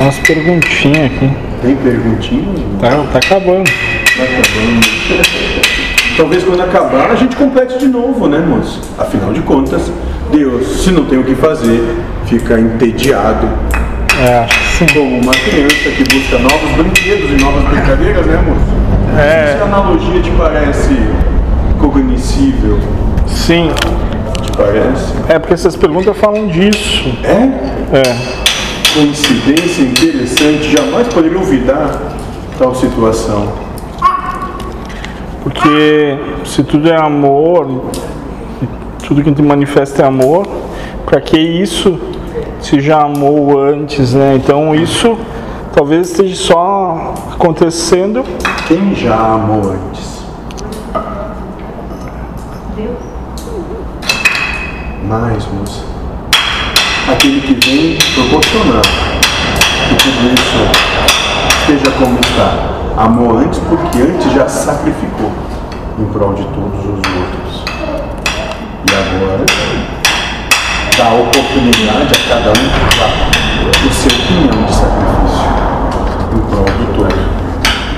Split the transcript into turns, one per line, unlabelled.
umas perguntinhas aqui.
Tem perguntinhas?
Tá, tá acabando.
Tá acabando. Talvez quando acabar a gente complete de novo, né, moço? Afinal de contas, Deus, se não tem o que fazer, fica entediado.
É, acho que sim.
Como uma criança que busca novos brinquedos e novas brincadeiras, né, moço?
É.
Se a analogia te parece cognoscível,
Sim.
te parece?
É porque essas perguntas falam disso.
É?
É.
Coincidência interessante, jamais poderia olvidar tal situação.
Porque se tudo é amor, e tudo que te manifesta é amor, pra que isso se já amou antes, né? Então isso talvez esteja só acontecendo.
Quem já amou antes? Mais, moça. Aquele que vem proporcionar que tudo isso esteja como está. Amou antes porque antes já sacrificou em prol de todos os outros. E agora dá oportunidade a cada um de